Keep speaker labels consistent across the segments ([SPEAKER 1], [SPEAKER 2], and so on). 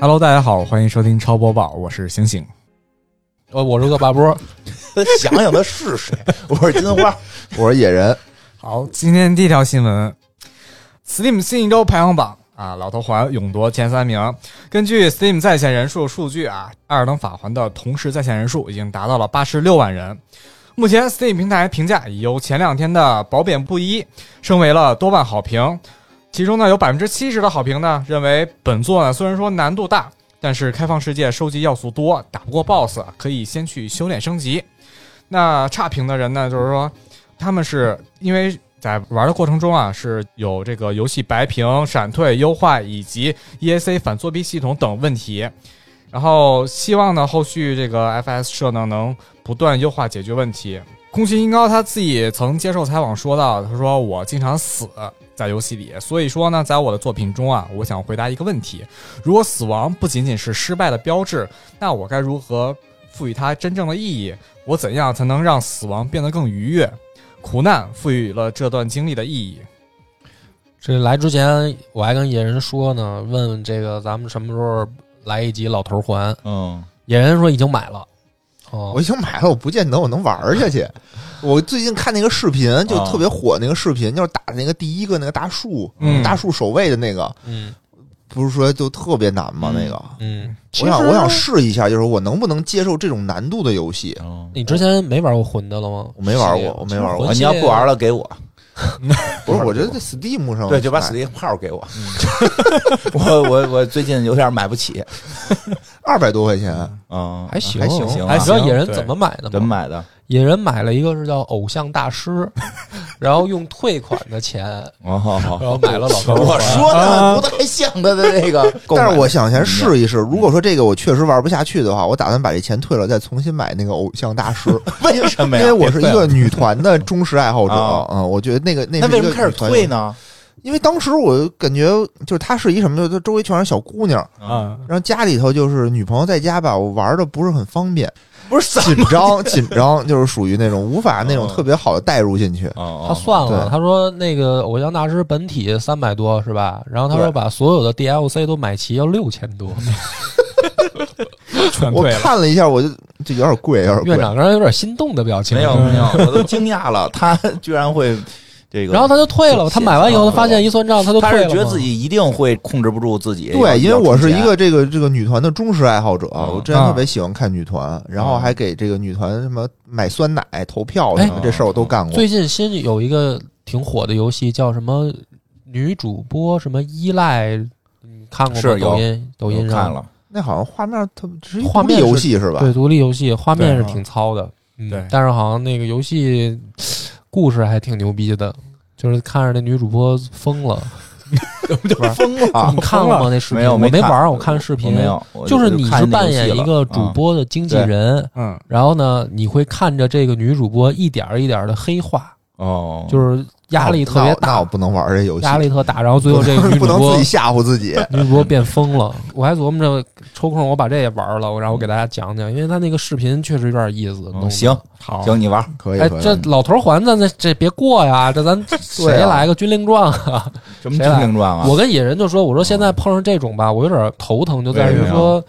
[SPEAKER 1] Hello，大家好，欢迎收听超播报，我是醒醒。
[SPEAKER 2] 呃，我是恶霸波，
[SPEAKER 3] 他想想他是谁？我是金 花，我是野人。
[SPEAKER 1] 好，今天第一条新闻，Steam 新一周排行榜啊，老头环勇夺前三名。根据 Steam 在线人数数据啊，《艾尔登法环》的同时在线人数已经达到了八十六万人。目前 Steam 平台评价已由前两天的褒贬不一，升为了多半好评。其中呢，有百分之七十的好评呢认为本作呢虽然说难度大，但是开放世界收集要素多，打不过 BOSS 可以先去修炼升级。那差评的人呢，就是说他们是因为在玩的过程中啊，是有这个游戏白屏、闪退、优化以及 EAC 反作弊系统等问题。然后希望呢，后续这个 FS 社呢能不断优化解决问题。宫崎英高他自己曾接受采访说到，他说我经常死在游戏里，所以说呢，在我的作品中啊，我想回答一个问题：如果死亡不仅仅是失败的标志，那我该如何赋予它真正的意义？我怎样才能让死亡变得更愉悦？苦难赋予了这段经历的意义。
[SPEAKER 2] 这来之前我还跟野人说呢，问这个咱们什么时候来一集老头环？
[SPEAKER 3] 嗯，
[SPEAKER 2] 野人说已经买了，哦
[SPEAKER 4] 我，已经买了，我不见得我能玩儿下去。 啊我最近看那个视频，就特别火，那个视频就是打那个第一个那个大树，
[SPEAKER 1] 嗯
[SPEAKER 4] 大树守卫的那个，
[SPEAKER 2] 嗯
[SPEAKER 4] 不是说就特别难吗？
[SPEAKER 3] 嗯
[SPEAKER 4] 那个，
[SPEAKER 2] 嗯，
[SPEAKER 4] 我想我想试一下，就是我能不能接受这种难度的游戏？
[SPEAKER 2] 你之前没玩过魂的了吗？
[SPEAKER 4] 我没玩过，我没玩过
[SPEAKER 2] 我。
[SPEAKER 3] 哦你要不玩了给我，
[SPEAKER 4] 不是，我觉得在 Steam 上
[SPEAKER 3] 对，就把
[SPEAKER 4] 买
[SPEAKER 3] Steam 号给我。
[SPEAKER 4] 嗯
[SPEAKER 3] 我我我最近有点买不起，
[SPEAKER 4] 二百多块钱，
[SPEAKER 3] 嗯，
[SPEAKER 2] 还行
[SPEAKER 4] 还行
[SPEAKER 3] 还
[SPEAKER 2] 你知道
[SPEAKER 1] 行
[SPEAKER 2] 野人
[SPEAKER 1] 对
[SPEAKER 2] 怎么买的
[SPEAKER 3] 怎
[SPEAKER 2] 吗
[SPEAKER 3] 么？买的？
[SPEAKER 2] 野人买了一个是叫偶像大师，然后用退款的钱，
[SPEAKER 3] 哦，好
[SPEAKER 2] 然
[SPEAKER 3] 好，
[SPEAKER 2] 后买了老头
[SPEAKER 3] 我
[SPEAKER 2] 环。
[SPEAKER 3] 说呢，不太像他的那个购买。
[SPEAKER 4] 啊但是我想先试一试。如果说这个我确实玩不下去的话，我打算把这钱退了，再重新买那个偶像大师。
[SPEAKER 3] 为什么
[SPEAKER 4] 因
[SPEAKER 3] 呀？
[SPEAKER 4] 为我是一
[SPEAKER 3] 别退
[SPEAKER 4] 个
[SPEAKER 3] 了，
[SPEAKER 4] 女团的忠实爱好者
[SPEAKER 3] 啊
[SPEAKER 4] 嗯，我觉得那个那
[SPEAKER 3] 那
[SPEAKER 4] 是
[SPEAKER 3] 为
[SPEAKER 4] 一个
[SPEAKER 3] 什么开始
[SPEAKER 4] 女团
[SPEAKER 3] 退呢？
[SPEAKER 4] 因为当时我感觉就是她是一什么，就她周围全是小姑娘，
[SPEAKER 2] 啊
[SPEAKER 1] 嗯，
[SPEAKER 4] 然后家里头就是女朋友在家吧，我玩的不是很方便，
[SPEAKER 3] 不是
[SPEAKER 4] 紧张紧张，就是属于那种无法那种特别好的代入进去。
[SPEAKER 3] 哦
[SPEAKER 2] 他算了，
[SPEAKER 4] 对
[SPEAKER 2] 他说那个偶像大师本体三百多是吧？然后他说
[SPEAKER 4] 对
[SPEAKER 2] 把所有的 DLC 都买齐要六千多，
[SPEAKER 1] 全 嗯
[SPEAKER 4] 我
[SPEAKER 1] 退了。
[SPEAKER 4] 看了一下，我就就有点贵，有点
[SPEAKER 2] 院
[SPEAKER 4] 贵。
[SPEAKER 2] 长刚才有点心动的表情。
[SPEAKER 3] 没有没有，我都惊讶了， 他居然会这个。
[SPEAKER 2] 嗯然后他就退了，
[SPEAKER 3] 就
[SPEAKER 2] 他买完以后，他发现一算账，他就
[SPEAKER 3] 他
[SPEAKER 2] 退
[SPEAKER 3] 是
[SPEAKER 2] 了嘛。
[SPEAKER 3] 觉得自己一定会控制不住自己。要
[SPEAKER 4] 对，因为我是一，
[SPEAKER 3] 要
[SPEAKER 4] 个这个这个女团的忠实爱好者，
[SPEAKER 3] 嗯
[SPEAKER 4] 啊我之前特别喜欢看女团，然后还给这个女团什么买酸奶、投票什么
[SPEAKER 3] 哎
[SPEAKER 4] 这事儿我都干过。
[SPEAKER 2] 最近新有一个挺火的游戏，叫什么女主播什么依赖，你看过吗？
[SPEAKER 3] 是有
[SPEAKER 2] 抖音抖
[SPEAKER 3] 充钱
[SPEAKER 2] 音
[SPEAKER 3] 我看
[SPEAKER 2] 上，
[SPEAKER 3] 了，
[SPEAKER 4] 那好像画面特别只是一
[SPEAKER 2] 画面
[SPEAKER 4] 独立游
[SPEAKER 2] 是
[SPEAKER 4] 戏是吧？
[SPEAKER 2] 对独立游戏画面是
[SPEAKER 1] 对
[SPEAKER 2] 挺糙的，嗯
[SPEAKER 1] 对
[SPEAKER 2] 但是好像那个游戏故事还挺牛逼的，就是看着那女主播疯了。
[SPEAKER 3] 啊疯了
[SPEAKER 2] 你看过吗？那视频
[SPEAKER 3] 没有，
[SPEAKER 2] 我
[SPEAKER 3] 没
[SPEAKER 2] 玩
[SPEAKER 3] 看
[SPEAKER 2] 儿，我看视
[SPEAKER 3] 我
[SPEAKER 2] 频
[SPEAKER 3] 没。有，我
[SPEAKER 2] 就是
[SPEAKER 3] 就
[SPEAKER 2] 你
[SPEAKER 3] 看
[SPEAKER 2] 是
[SPEAKER 3] 那
[SPEAKER 2] 扮
[SPEAKER 3] 游戏
[SPEAKER 2] 演一
[SPEAKER 3] 了
[SPEAKER 2] 个主
[SPEAKER 3] 啊
[SPEAKER 2] 播的经纪
[SPEAKER 3] 对
[SPEAKER 2] 人，
[SPEAKER 1] 嗯，
[SPEAKER 2] 然后呢，你会看着这个女主播一点儿一点儿的黑化，
[SPEAKER 3] 哦，
[SPEAKER 2] 就是压力特别
[SPEAKER 4] 那我那
[SPEAKER 2] 大
[SPEAKER 4] 我，嗯不能玩这游戏，
[SPEAKER 2] 压力特大。然后最后这个女主
[SPEAKER 4] 不能 自
[SPEAKER 2] 播
[SPEAKER 4] 己吓唬自 己。
[SPEAKER 2] 女主播变疯了。我还琢磨着抽空我把这也玩了，然后我给大家讲讲，因为他那个视频确实有点意思。弄
[SPEAKER 3] 嗯
[SPEAKER 2] 得
[SPEAKER 3] 行，
[SPEAKER 1] 好，
[SPEAKER 3] 行，你玩儿，
[SPEAKER 4] 可以，
[SPEAKER 2] 哎
[SPEAKER 4] 可，以
[SPEAKER 2] 这老头环咱这这别过呀，这
[SPEAKER 4] 啊
[SPEAKER 2] 咱谁来个军令状啊？
[SPEAKER 3] 什么《
[SPEAKER 2] 谁
[SPEAKER 3] 军
[SPEAKER 2] 来
[SPEAKER 3] 令状》啊？
[SPEAKER 2] 我跟野人就说，我说现在碰上这种吧，我有点头疼，就在于
[SPEAKER 3] 为什么
[SPEAKER 2] 说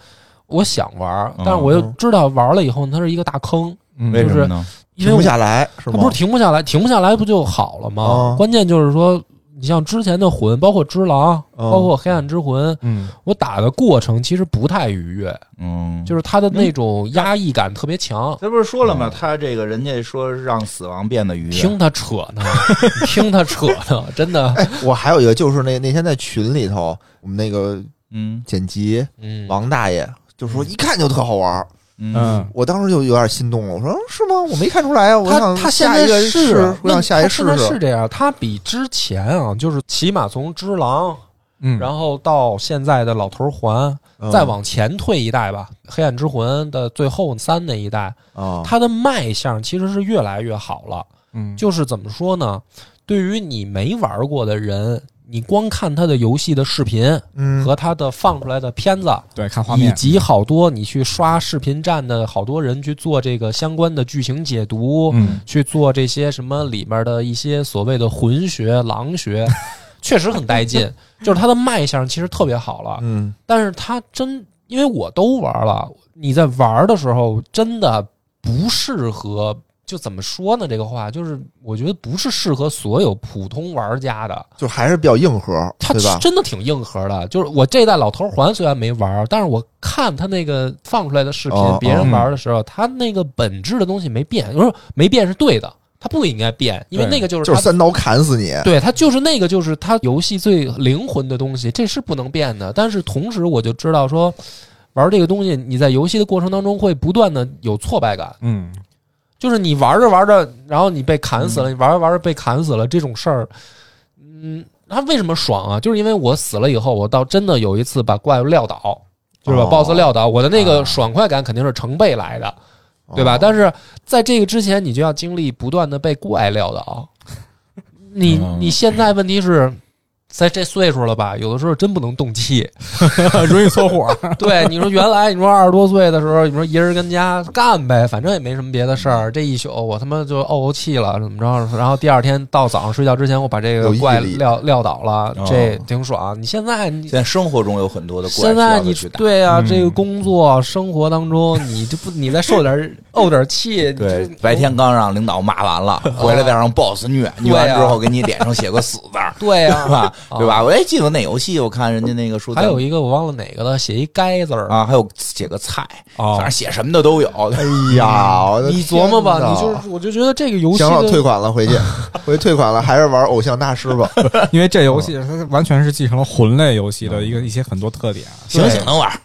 [SPEAKER 2] 我想玩，但是我
[SPEAKER 4] 嗯
[SPEAKER 2] 又知道玩了以后它是一个大坑，
[SPEAKER 1] 嗯
[SPEAKER 3] 为什
[SPEAKER 2] 就是
[SPEAKER 3] 么呢？
[SPEAKER 2] 因为我
[SPEAKER 4] 来是
[SPEAKER 2] 它啊不是停不下来，停不下来不就好了吗
[SPEAKER 4] 哦？
[SPEAKER 2] 关键就是说，你像之前的魂，包括《只狼》，
[SPEAKER 4] 嗯
[SPEAKER 2] 包括《黑暗之魂》，
[SPEAKER 1] 嗯，
[SPEAKER 2] 我打的过程其实不太愉悦，
[SPEAKER 3] 嗯，
[SPEAKER 2] 就是它的那种压抑感特别强。
[SPEAKER 3] 这不是说了吗？
[SPEAKER 1] 嗯
[SPEAKER 3] 他这个人家说让死亡
[SPEAKER 4] 嗯
[SPEAKER 3] 变得愉悦，
[SPEAKER 2] 听他扯呢， 听他扯呢，真的，
[SPEAKER 4] 哎，我还有一个就是那那天在群里头，我们那个
[SPEAKER 3] 嗯
[SPEAKER 4] 剪辑
[SPEAKER 2] 嗯，
[SPEAKER 4] 王大爷就说一看就特好玩儿，
[SPEAKER 3] 嗯
[SPEAKER 1] 嗯，
[SPEAKER 4] 我当时就有点心动了，我说嗯是吗？我没看出来啊，我
[SPEAKER 2] 他
[SPEAKER 4] 想
[SPEAKER 2] 他现
[SPEAKER 4] 下
[SPEAKER 2] 在
[SPEAKER 4] 一个
[SPEAKER 2] 是
[SPEAKER 4] 试，我
[SPEAKER 2] 那
[SPEAKER 4] 想下一个
[SPEAKER 2] 他
[SPEAKER 4] 试
[SPEAKER 2] 现在
[SPEAKER 4] 试
[SPEAKER 2] 是。这样，他比之前啊，就是起码从只狼，
[SPEAKER 1] 嗯，
[SPEAKER 2] 然后到现在的老头环，
[SPEAKER 4] 嗯
[SPEAKER 2] 再往前退一代吧，黑暗之魂的最后三那一代，
[SPEAKER 4] 啊，
[SPEAKER 2] 它的卖相其实是越来越好了。
[SPEAKER 1] 嗯，
[SPEAKER 2] 就是怎么说呢？对于你没玩过的人，你光看他的游戏的视频
[SPEAKER 4] 嗯，
[SPEAKER 2] 和他的放出来的片子，
[SPEAKER 1] 对，看画
[SPEAKER 2] 以
[SPEAKER 1] 面，
[SPEAKER 2] 及好多你去刷视频站的好多人去做这个相关的剧情解读，
[SPEAKER 1] 嗯，
[SPEAKER 2] 去做这些什么里面的一些所谓的魂学、狼学，确实很带劲，就是它的卖相其实特别好了，
[SPEAKER 4] 嗯，
[SPEAKER 2] 但是它真因为我都玩了，你在玩的时候真的不适合。就怎么说呢？这个话就是，我觉得不是适合所有普通玩家的。
[SPEAKER 4] 就还是比较硬核，
[SPEAKER 2] 它
[SPEAKER 4] 对吧？
[SPEAKER 2] 真的挺硬核的。就是我这代老头环虽然没玩儿，但是我看他那个放出来的视频，
[SPEAKER 4] 哦
[SPEAKER 2] 别人玩儿的时候，他那个本质的东西没变，就是没变是对的，他不应该变，因为
[SPEAKER 1] 对
[SPEAKER 2] 那个就是
[SPEAKER 4] 就是
[SPEAKER 2] 他。
[SPEAKER 4] 三刀砍死你，
[SPEAKER 2] 对他就是那个，就是他游戏最灵魂的东西，这是不能变的。但是同时，我就知道说，玩这个东西，你在游戏的过程当中会不断的有挫败感，
[SPEAKER 1] 嗯，
[SPEAKER 2] 就是你玩着玩着，然后你被砍死了，你玩着玩着被砍死了这种事儿，嗯，他为什么爽啊？就是因为我死了以后，我到真的有一次把怪物撂倒，就是把
[SPEAKER 4] 哦
[SPEAKER 2] BOSS 撂倒，我的那个爽快感肯定是成倍来的，
[SPEAKER 3] 哦
[SPEAKER 2] 对
[SPEAKER 4] 啊
[SPEAKER 2] 吧？但是在这个之前，你就要经历不断的被怪撂倒。你
[SPEAKER 3] 嗯
[SPEAKER 2] 你现在问题是在这岁数了吧？有的时候真不能动 气，
[SPEAKER 1] 嗯 容易搓火。
[SPEAKER 2] 对，你说原来你说二十多岁的时候，你说一人跟家干呗，反正也没什么别的事儿。这一宿我他妈就怄怄气了，怎么着？然后第二天到早上睡觉之前，我把这个
[SPEAKER 4] 有毅
[SPEAKER 2] 怪
[SPEAKER 4] 力
[SPEAKER 2] 撂撂倒了
[SPEAKER 3] 哦，
[SPEAKER 2] 这挺爽。你现在你
[SPEAKER 3] 现在生活中有很多的怪
[SPEAKER 2] 现
[SPEAKER 3] 需要
[SPEAKER 2] 在
[SPEAKER 3] 他
[SPEAKER 2] 你
[SPEAKER 3] 去打，
[SPEAKER 2] 对呀、
[SPEAKER 1] 嗯
[SPEAKER 2] 这个工作生活当中，你就不你再受点 怄点气，你嗯
[SPEAKER 3] 对
[SPEAKER 2] 就，
[SPEAKER 3] 白天刚让领导骂完了，回来再让 boss 虐，虐完
[SPEAKER 2] 啊
[SPEAKER 3] 之后给你脸上写个死字 儿，
[SPEAKER 2] 对呀、
[SPEAKER 3] 对吧？
[SPEAKER 2] 啊
[SPEAKER 3] 对吧？我也记得哪游戏，我看人家那个说
[SPEAKER 2] 还有一个我忘了哪个了，写一“该”字儿
[SPEAKER 3] 啊，还有写个菜，
[SPEAKER 2] 啊
[SPEAKER 3] 反
[SPEAKER 1] 哦
[SPEAKER 3] 正写什么的都有。
[SPEAKER 4] 哎呀，我的
[SPEAKER 2] 你琢磨吧，
[SPEAKER 4] 天哪
[SPEAKER 2] 你就是我就觉得这个游戏
[SPEAKER 4] 行了，退
[SPEAKER 2] 的
[SPEAKER 4] 款了，回去，回去退款了，还是玩偶像大师吧。
[SPEAKER 1] 因为这游戏它完全是继承了魂类游戏的一个
[SPEAKER 2] 嗯
[SPEAKER 1] 一些很多特点啊。
[SPEAKER 3] 醒醒能玩儿，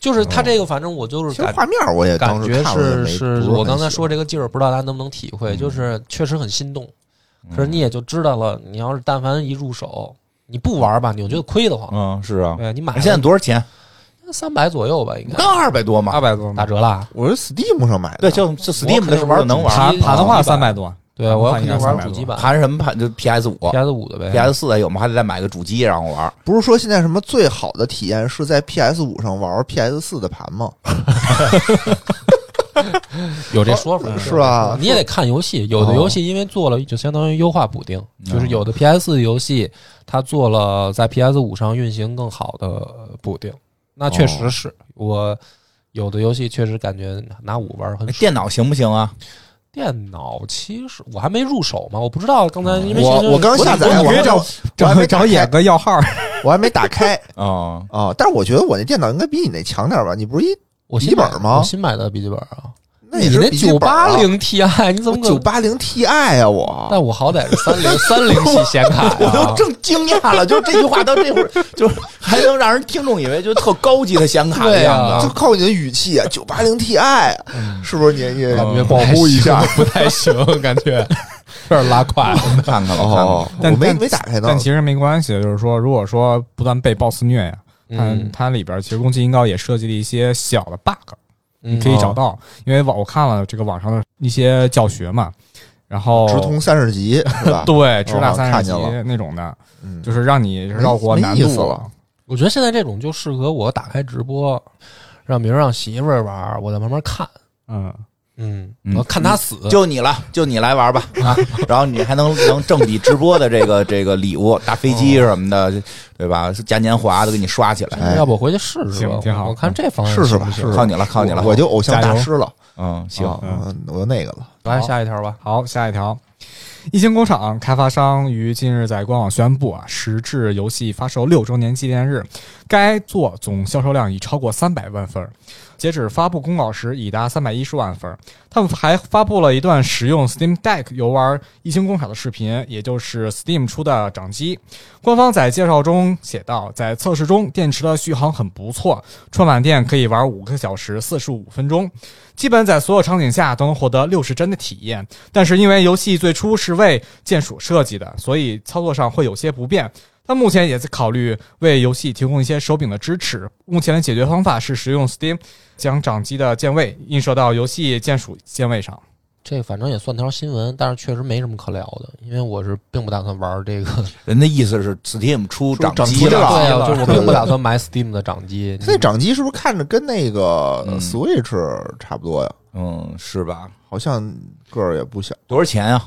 [SPEAKER 2] 就是他这个，反正我就是
[SPEAKER 4] 其实
[SPEAKER 2] 感
[SPEAKER 4] 画面嗯我也
[SPEAKER 2] 感
[SPEAKER 4] 当时
[SPEAKER 2] 觉
[SPEAKER 4] 看了也
[SPEAKER 2] 是
[SPEAKER 4] 没
[SPEAKER 2] 是
[SPEAKER 4] 不
[SPEAKER 2] 我
[SPEAKER 4] 很
[SPEAKER 2] 刚才
[SPEAKER 4] 喜
[SPEAKER 2] 说
[SPEAKER 4] 欢
[SPEAKER 2] 这个劲儿，不知道大家能不能体
[SPEAKER 4] 嗯
[SPEAKER 2] 会，就是确实很心动。可是你也就知道了，你要是但凡一入手，你不玩吧，你就觉得亏得慌。
[SPEAKER 3] 嗯，是啊。
[SPEAKER 2] 对你买
[SPEAKER 3] 现在
[SPEAKER 2] 了
[SPEAKER 3] 多少钱？
[SPEAKER 2] 三百左右吧，应
[SPEAKER 3] 不
[SPEAKER 2] 该
[SPEAKER 3] 刚二百多吗？
[SPEAKER 1] 百多
[SPEAKER 2] 打折啦。
[SPEAKER 4] 我是 Steam 上买的，啊
[SPEAKER 3] 对，就就 Steam 的时候能玩
[SPEAKER 1] 盘
[SPEAKER 3] 儿。
[SPEAKER 1] 盘的话三百多，
[SPEAKER 2] 对，我要肯定
[SPEAKER 1] 换一
[SPEAKER 2] 玩
[SPEAKER 1] 个
[SPEAKER 2] 主机版
[SPEAKER 3] 盘什么盘？就 PS 五、
[SPEAKER 2] ，PS 五的呗。
[SPEAKER 3] PS 四有吗？还得再买个主机然后玩儿。
[SPEAKER 4] 不是说现在什么最好的体验是在 PS 五上玩 PS 四的盘吗？
[SPEAKER 2] 有这说法
[SPEAKER 4] 啊是吧
[SPEAKER 2] 你也得看游戏，有
[SPEAKER 4] 哦
[SPEAKER 2] 的游戏因为做了就相当于优化补丁，就是有的 PS 游戏它做了在 PS 五上运行更好的补丁，那确
[SPEAKER 4] 哦
[SPEAKER 2] 实是我有的游戏确实感觉拿五玩很
[SPEAKER 3] 哎
[SPEAKER 2] 爽。
[SPEAKER 3] 电脑行不行啊？
[SPEAKER 2] 电脑其实我还没入手嘛，我不知道刚才因为
[SPEAKER 4] 哦我
[SPEAKER 2] 其实
[SPEAKER 4] 我刚下载
[SPEAKER 1] 你
[SPEAKER 4] 我
[SPEAKER 1] 可
[SPEAKER 4] 还
[SPEAKER 1] 以找
[SPEAKER 4] 我还
[SPEAKER 1] 找
[SPEAKER 4] 没
[SPEAKER 1] 找
[SPEAKER 4] 打开
[SPEAKER 1] 野哥要号，
[SPEAKER 4] 我还没打开
[SPEAKER 3] 啊，
[SPEAKER 4] 啊、但是我觉得我那电脑应该比你那强点吧？你不是一
[SPEAKER 2] 我新
[SPEAKER 4] 笔记
[SPEAKER 2] 买
[SPEAKER 4] 本吗
[SPEAKER 2] 我新买的笔记本啊，
[SPEAKER 4] 那也
[SPEAKER 2] 你
[SPEAKER 4] 是
[SPEAKER 2] 那
[SPEAKER 4] 笔记
[SPEAKER 2] 九
[SPEAKER 4] 本啊
[SPEAKER 2] 八，零 Ti 你怎么
[SPEAKER 4] 九
[SPEAKER 2] 可？
[SPEAKER 4] 八零 Ti 啊我，
[SPEAKER 2] 但我好歹是三零三零系显卡
[SPEAKER 3] 我
[SPEAKER 2] 呀
[SPEAKER 3] 都。正惊讶了，就这句话到这会 儿，就还能让人听众以为就特高级的显卡的样
[SPEAKER 4] 就
[SPEAKER 3] 子。
[SPEAKER 4] 靠你的语气啊，九八零 Ti 是不是你你
[SPEAKER 2] 感觉
[SPEAKER 4] 保护一下？
[SPEAKER 2] 哦 不太行，感觉 有点拉胯。
[SPEAKER 3] 看看吧，看看
[SPEAKER 4] 哦
[SPEAKER 3] 吧，
[SPEAKER 4] 我
[SPEAKER 1] 但
[SPEAKER 4] 没
[SPEAKER 1] 但
[SPEAKER 4] 没打开呢
[SPEAKER 1] 但。其实没关系。就是说，如果说不断被 BOSS 虐呀，它
[SPEAKER 2] 嗯，
[SPEAKER 1] 它里边其实宫崎英高也设计了一些小的 bug，
[SPEAKER 2] 你
[SPEAKER 1] 可以找到，因为网我看了这个网上的一些教学嘛，然后？
[SPEAKER 4] 直通三十级是吧
[SPEAKER 1] 对直达
[SPEAKER 4] 哦
[SPEAKER 1] 三十
[SPEAKER 4] 看
[SPEAKER 1] 级
[SPEAKER 4] 见了
[SPEAKER 1] 那种的，
[SPEAKER 4] 嗯，
[SPEAKER 1] 就是让你绕过
[SPEAKER 4] 没
[SPEAKER 1] 难
[SPEAKER 4] 没意思
[SPEAKER 1] 度
[SPEAKER 4] 了。
[SPEAKER 2] 我觉得现在这种就适合我打开直播，让比如让媳妇儿玩儿，我再慢慢看。
[SPEAKER 1] 嗯，
[SPEAKER 2] 嗯
[SPEAKER 3] 嗯
[SPEAKER 2] 我看她死，
[SPEAKER 3] 就你了，就你来玩吧啊！然后你还能能挣笔直播的这个这个礼物，大飞机什么的，对吧？嘉年华都给你刷起来，
[SPEAKER 4] 哎
[SPEAKER 2] 要不我回去试试吧。
[SPEAKER 1] 行挺好
[SPEAKER 2] 我我看这方案
[SPEAKER 4] 试试
[SPEAKER 2] 行
[SPEAKER 4] 吧
[SPEAKER 2] 不行
[SPEAKER 4] 试试
[SPEAKER 3] 靠你了，靠你了！
[SPEAKER 4] 我就偶像大师了，
[SPEAKER 3] 嗯，行，
[SPEAKER 4] 啊
[SPEAKER 1] 嗯
[SPEAKER 4] 我就那个了。
[SPEAKER 2] 来下一条吧。
[SPEAKER 1] 好，下一条，一星工厂开发商于近日在官网宣布啊，时至游戏发售六周年纪念日，该作总销售量已超过三百万份儿，截止发布公告时已达三百一十万份儿。他们还发布了一段使用 Steam Deck 游玩一星工厂的视频，也就是 Steam 出的掌机。官方在介绍中写道，在测试中电池的续航很不错，充满电可以玩五个小时四十五分钟，基本在所有场景下都能获得六十帧的体验。但是因为游戏最初是为键鼠设计的，所以操作上会有些不便。但目前也在考虑为游戏提供一些手柄的支持。目前的解决方法是使用 Steam 将掌机的键位映射到游戏键鼠键位上。
[SPEAKER 2] 这反正也算条新闻，但是确实没什么可聊的，因为我是并不打算玩这个。
[SPEAKER 3] 人的意思是 Steam 出
[SPEAKER 4] 出
[SPEAKER 3] 掌
[SPEAKER 4] 掌
[SPEAKER 3] 机
[SPEAKER 4] 机
[SPEAKER 2] 对
[SPEAKER 4] 了
[SPEAKER 3] 了，
[SPEAKER 2] 啊，就是我并
[SPEAKER 4] 对
[SPEAKER 2] 不
[SPEAKER 4] 对
[SPEAKER 2] 打算买 Steam 的掌机。
[SPEAKER 4] 那掌机是不是看着跟那个
[SPEAKER 3] 嗯
[SPEAKER 4] Switch 差不多呀？
[SPEAKER 3] 嗯，是吧？
[SPEAKER 4] 好像个儿也不小，
[SPEAKER 3] 多少钱啊？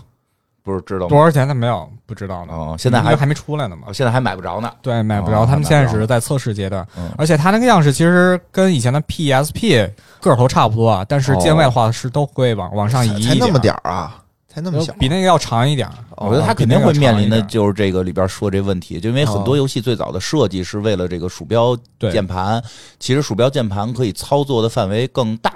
[SPEAKER 3] 不是知道
[SPEAKER 1] 多
[SPEAKER 3] 吗？
[SPEAKER 1] 少钱？他没有，不知道呢。
[SPEAKER 3] 哦现在
[SPEAKER 1] 因
[SPEAKER 3] 还
[SPEAKER 1] 为还没出来呢嘛
[SPEAKER 3] 我。现在还买不着呢。
[SPEAKER 1] 对，买不
[SPEAKER 3] 哦
[SPEAKER 1] 着，他
[SPEAKER 3] 还
[SPEAKER 1] 们
[SPEAKER 3] 买
[SPEAKER 1] 现在
[SPEAKER 3] 不着
[SPEAKER 1] 只是在测试阶段
[SPEAKER 3] 嗯，
[SPEAKER 1] 而且它那个样式其实跟以前的 PSP 个头差不多啊，但是键外的话是都会往往上移一
[SPEAKER 4] 才才那么
[SPEAKER 1] 点
[SPEAKER 4] 点儿啊，才那
[SPEAKER 1] 儿，
[SPEAKER 4] 么小，
[SPEAKER 1] 比那个要长一点儿。
[SPEAKER 3] 我觉得
[SPEAKER 1] 啊
[SPEAKER 3] 他
[SPEAKER 1] 比
[SPEAKER 3] 肯
[SPEAKER 1] 那
[SPEAKER 3] 定
[SPEAKER 1] 个
[SPEAKER 3] 会
[SPEAKER 1] 要
[SPEAKER 3] 面
[SPEAKER 1] 长一
[SPEAKER 3] 临的
[SPEAKER 1] 点儿
[SPEAKER 3] 就是这个里边说这问题，就因为很多
[SPEAKER 4] 哦
[SPEAKER 3] 游戏最早的设计是为了这个鼠标
[SPEAKER 1] 对
[SPEAKER 3] 键盘，其实鼠标键盘可以操作的范围更大。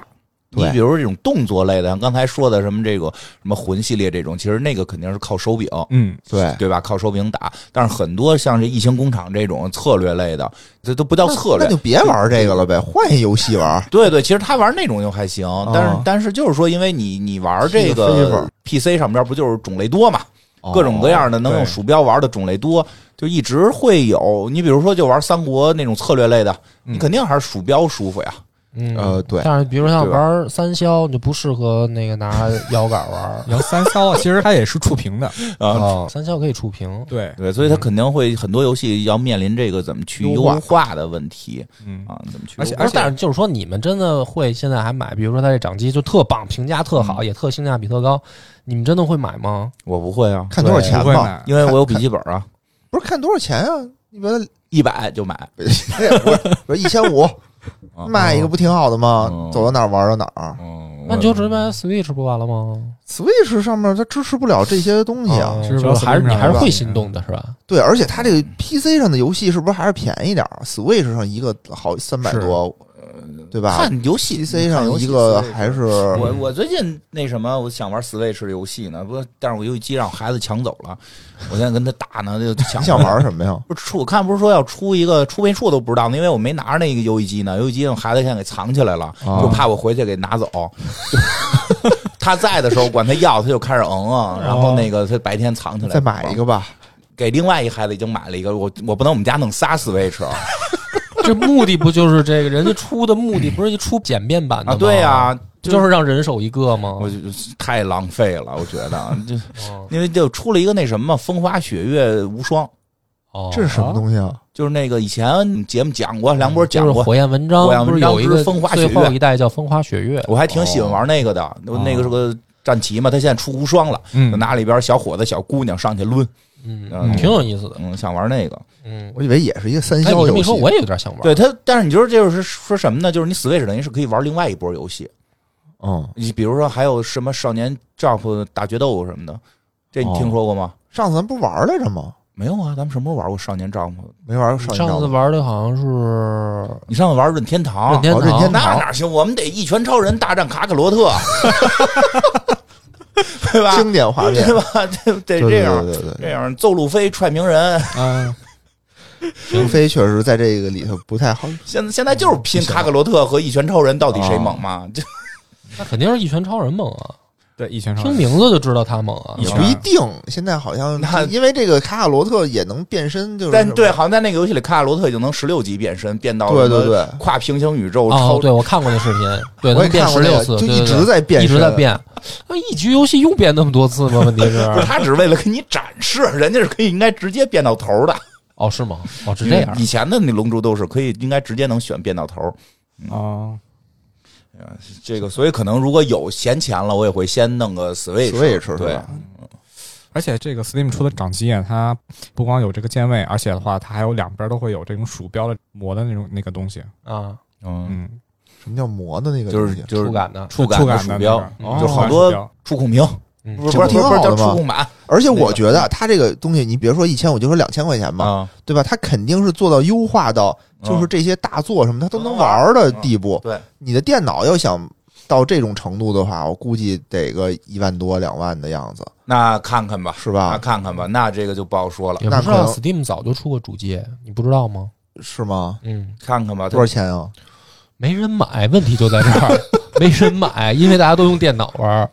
[SPEAKER 3] 你
[SPEAKER 4] 对
[SPEAKER 3] 比如说这种动作类的，像刚才说的什么这个什么魂系列这种，其实那个肯定是靠手柄，
[SPEAKER 1] 嗯，
[SPEAKER 4] 对，
[SPEAKER 3] 对吧？靠手柄打。但是很多像这异形工厂这种策略类的，这都不叫策略
[SPEAKER 4] 那就，别玩这个了呗，换一游戏玩。
[SPEAKER 3] 对对，其实他玩那种就还行，但是、
[SPEAKER 4] 哦
[SPEAKER 3] 但是就是说，因为你你玩这
[SPEAKER 4] 是个 flavor
[SPEAKER 3] 个 PC 上边不就是种类多嘛，
[SPEAKER 4] 哦
[SPEAKER 3] 各种各样的能用
[SPEAKER 1] 对
[SPEAKER 3] 鼠标玩的种类多，就一直会有。你比如说，就玩三国那种策略类的，你肯定还是鼠标舒服呀。
[SPEAKER 2] 嗯
[SPEAKER 4] 呃，对，
[SPEAKER 2] 但是比如像
[SPEAKER 3] 对吧
[SPEAKER 2] 玩三消，你就不适合那个拿 摇杆玩
[SPEAKER 1] 然后三消 啊，其实它也是触屏的，
[SPEAKER 3] 啊，
[SPEAKER 2] 哦，三消可以触屏，
[SPEAKER 1] 对，
[SPEAKER 3] 对，所以他肯定会很多游戏要面临这个怎么去优
[SPEAKER 4] 优化
[SPEAKER 3] 化的问题
[SPEAKER 1] 嗯，
[SPEAKER 3] 啊，怎么去
[SPEAKER 1] 而且
[SPEAKER 3] 优化
[SPEAKER 2] 不是但是就是说，你们真的会现在还买？比如说它这掌机就特
[SPEAKER 3] 嗯
[SPEAKER 2] 棒，评价特好，也特性价比特高，你们真的会买吗？
[SPEAKER 3] 我不会啊，
[SPEAKER 4] 看多少钱
[SPEAKER 1] 不会
[SPEAKER 4] 吧，
[SPEAKER 1] 买，
[SPEAKER 3] 因为我有笔记本啊，
[SPEAKER 4] 不是看多少钱啊？你把它
[SPEAKER 3] 一百就买。
[SPEAKER 4] 不是一千五
[SPEAKER 3] 啊
[SPEAKER 4] 卖一个不挺好的吗
[SPEAKER 3] 嗯？
[SPEAKER 4] 走到哪儿玩到哪儿。
[SPEAKER 3] 嗯，
[SPEAKER 2] 那你就直接买 Switch 不完了吗？
[SPEAKER 4] Switch 上面它支持不了这些东西啊
[SPEAKER 2] 哦，
[SPEAKER 1] 是吧
[SPEAKER 2] 就是还是
[SPEAKER 1] Switch
[SPEAKER 2] 你还是
[SPEAKER 1] 上
[SPEAKER 2] 会
[SPEAKER 1] 吧
[SPEAKER 2] 心动的是 吧？
[SPEAKER 4] 对，而且它这个 PC 上的游戏是不是还是便宜点儿？Switch 啊上一个好三百
[SPEAKER 1] 是
[SPEAKER 4] 多，对吧
[SPEAKER 3] 看游戏
[SPEAKER 4] ？PC
[SPEAKER 3] 看
[SPEAKER 4] 上
[SPEAKER 3] 游戏
[SPEAKER 4] 一个
[SPEAKER 3] Switch
[SPEAKER 4] 还是
[SPEAKER 3] 我我最近那什么，我想玩 Switch 的游戏呢，不，但是我游戏机让我孩子抢走了，我现在跟他打呢，就抢
[SPEAKER 4] 你想玩什么呀？
[SPEAKER 3] 不是出，我看不是说要出一个出没出我都不知道呢，因为我没拿着那个游戏机呢，游戏机我孩子现在给藏起来了，
[SPEAKER 4] 啊
[SPEAKER 3] 就怕我回去给拿走。 他在的时候管他要，他就开始嗯嗯，然后那个他白天藏起来，
[SPEAKER 4] 啊再买一个吧。
[SPEAKER 3] 给另外一孩子已经买了一个，我我不能我们家弄仨 Switch 啊，
[SPEAKER 2] 这目的不就是这个？人家出的目的不是出简便版
[SPEAKER 4] 啊
[SPEAKER 2] 的吗？
[SPEAKER 3] 啊对呀、，就
[SPEAKER 2] 就是让人手一个吗？
[SPEAKER 3] 我就太浪费了，我觉得，就
[SPEAKER 2] 哦
[SPEAKER 3] 因为就出了一个那什么《风花雪月无双》，
[SPEAKER 2] 哦，
[SPEAKER 4] 这是什么东西啊？
[SPEAKER 3] 就是那个以前节目讲过，梁博
[SPEAKER 2] 就是
[SPEAKER 3] 讲过，
[SPEAKER 2] 火焰文章，
[SPEAKER 3] 火焰
[SPEAKER 2] 不
[SPEAKER 3] 文
[SPEAKER 2] 是
[SPEAKER 3] 章
[SPEAKER 2] 有一
[SPEAKER 3] 之
[SPEAKER 2] 个
[SPEAKER 3] 风花雪
[SPEAKER 2] 最
[SPEAKER 3] 月
[SPEAKER 2] 后一代叫风花雪月，
[SPEAKER 3] 我还挺喜欢玩那个的。那个是个战旗嘛，他现在出无双了，就
[SPEAKER 1] 嗯，
[SPEAKER 3] 拿里边小伙子、小姑娘上去抡，
[SPEAKER 2] 嗯
[SPEAKER 3] 嗯，
[SPEAKER 2] 挺有意思的，
[SPEAKER 3] 嗯，想玩那个。
[SPEAKER 2] 嗯。
[SPEAKER 4] 我以为也是一个三
[SPEAKER 2] 哎，
[SPEAKER 4] 消
[SPEAKER 2] 你这么
[SPEAKER 4] 游
[SPEAKER 2] 一
[SPEAKER 4] 戏
[SPEAKER 2] 说，。我也有点想玩。
[SPEAKER 3] 对他，但是你就是就是说什么呢？就是你 Switch 等于是可以玩另外一波游戏，
[SPEAKER 4] 嗯，
[SPEAKER 3] 你比如说还有什么少年 Jump 打决斗什么的，这你听说过吗？
[SPEAKER 4] 上次咱不玩来着吗？
[SPEAKER 3] 没有啊，咱们什么时候玩过少年 Jump？
[SPEAKER 4] 没玩过上一
[SPEAKER 2] 上次
[SPEAKER 4] 张。
[SPEAKER 2] 玩的好像是
[SPEAKER 3] 你上次玩任天堂，
[SPEAKER 2] 任天
[SPEAKER 4] 哦
[SPEAKER 2] 堂，
[SPEAKER 4] 任天堂
[SPEAKER 3] 那哪行？我们得一拳超人大战卡卡罗特， 对吧？
[SPEAKER 4] 经典画面，
[SPEAKER 3] 对吧？这得
[SPEAKER 4] 对
[SPEAKER 3] 这
[SPEAKER 4] 对
[SPEAKER 3] 样，
[SPEAKER 4] 对对
[SPEAKER 3] 这
[SPEAKER 4] 对，
[SPEAKER 3] 样邹路飞踹鸣人，
[SPEAKER 1] 啊，
[SPEAKER 4] 路飞确实在这个里头不太好。
[SPEAKER 3] 现在现在就是拼卡卡罗特和一拳超人到底谁猛嘛？
[SPEAKER 4] 哦
[SPEAKER 3] 这
[SPEAKER 2] 那肯定是一拳超人猛啊！
[SPEAKER 1] 对，一拳超
[SPEAKER 2] 听
[SPEAKER 1] 人，
[SPEAKER 2] 名字就知道他猛啊
[SPEAKER 1] 一！
[SPEAKER 4] 也
[SPEAKER 1] 拳
[SPEAKER 4] 不一定，现在好像
[SPEAKER 3] 那
[SPEAKER 4] 因为这个卡卡罗特也能变身，就是
[SPEAKER 3] 但对，好像在那个游戏里，卡卡罗特已经能十六级变身，变到
[SPEAKER 4] 对
[SPEAKER 3] 什么
[SPEAKER 4] 对对
[SPEAKER 3] 跨平行宇宙
[SPEAKER 2] 哦
[SPEAKER 3] 超，。
[SPEAKER 2] 对，我看过那视频，对，
[SPEAKER 4] 我也
[SPEAKER 2] 能变
[SPEAKER 4] 看
[SPEAKER 2] 十
[SPEAKER 4] 过那
[SPEAKER 2] 六
[SPEAKER 4] 个
[SPEAKER 2] 次，
[SPEAKER 4] 就
[SPEAKER 2] 对
[SPEAKER 4] 一
[SPEAKER 2] 对
[SPEAKER 4] 直
[SPEAKER 2] 对
[SPEAKER 4] 在变
[SPEAKER 2] 一直在
[SPEAKER 4] 身
[SPEAKER 2] 变。那一局游戏用变那么多次吗？问题 是，
[SPEAKER 3] 不是，他只是为了给你展示， 人家是可以应该直接变到头的。
[SPEAKER 2] 哦，是吗？哦，是这样
[SPEAKER 3] 以前的那龙珠都是可以应该直接能选变到头。
[SPEAKER 1] 啊，
[SPEAKER 3] 这个，所以可能如果有闲钱了，我也会先弄个 Switch。
[SPEAKER 4] Switch 是吧
[SPEAKER 3] 对，
[SPEAKER 1] 而且这个 Steam 出的掌机啊，它不光有这个键位，而且的话，它还有两边都会有这种鼠标的磨的那种那个东西，
[SPEAKER 2] 啊，
[SPEAKER 3] 嗯，
[SPEAKER 1] 嗯，
[SPEAKER 4] 什么叫魔的那个
[SPEAKER 3] 就
[SPEAKER 4] 东
[SPEAKER 3] 是
[SPEAKER 4] 西？
[SPEAKER 3] 就是
[SPEAKER 2] 触感的，
[SPEAKER 3] 触
[SPEAKER 1] 触
[SPEAKER 3] 的
[SPEAKER 1] 感
[SPEAKER 3] 鼠
[SPEAKER 1] 的
[SPEAKER 3] 标，
[SPEAKER 2] 那个
[SPEAKER 3] 就
[SPEAKER 4] 哦
[SPEAKER 1] 触
[SPEAKER 3] 好
[SPEAKER 1] 感鼠
[SPEAKER 3] 多
[SPEAKER 1] 标
[SPEAKER 3] 触控屏，
[SPEAKER 2] 嗯
[SPEAKER 3] 不是
[SPEAKER 4] 这
[SPEAKER 3] 不
[SPEAKER 4] 不
[SPEAKER 3] 是
[SPEAKER 4] 挺
[SPEAKER 3] 不是
[SPEAKER 4] 好
[SPEAKER 3] 叫
[SPEAKER 4] 的吗
[SPEAKER 3] 触控板
[SPEAKER 4] 而且
[SPEAKER 3] 那个
[SPEAKER 4] 我觉得它这个东西，你别说一千，我就说两千块钱吧，
[SPEAKER 3] 啊。
[SPEAKER 4] 对吧？它肯定是做到优化到，就是这些大作什么它都
[SPEAKER 3] 啊
[SPEAKER 4] 能玩儿的地步。
[SPEAKER 3] 对，
[SPEAKER 4] 你的电脑要想到这种程度的话，我估计得个一万多、两万的样子，
[SPEAKER 3] 那看看吧，
[SPEAKER 4] 是
[SPEAKER 3] 那
[SPEAKER 4] 吧？嗯
[SPEAKER 3] 看看吧，那这个就不好说了，
[SPEAKER 2] 也
[SPEAKER 4] 那
[SPEAKER 2] 不
[SPEAKER 4] 可
[SPEAKER 2] 知道
[SPEAKER 4] 能
[SPEAKER 2] Steam 早就出过主机，你不知道吗？
[SPEAKER 4] 是吗？
[SPEAKER 2] 嗯，
[SPEAKER 3] 看看吧，
[SPEAKER 4] 多少钱啊？
[SPEAKER 2] 没人买，问题就在这儿，没人买，因为大家都用电脑玩儿。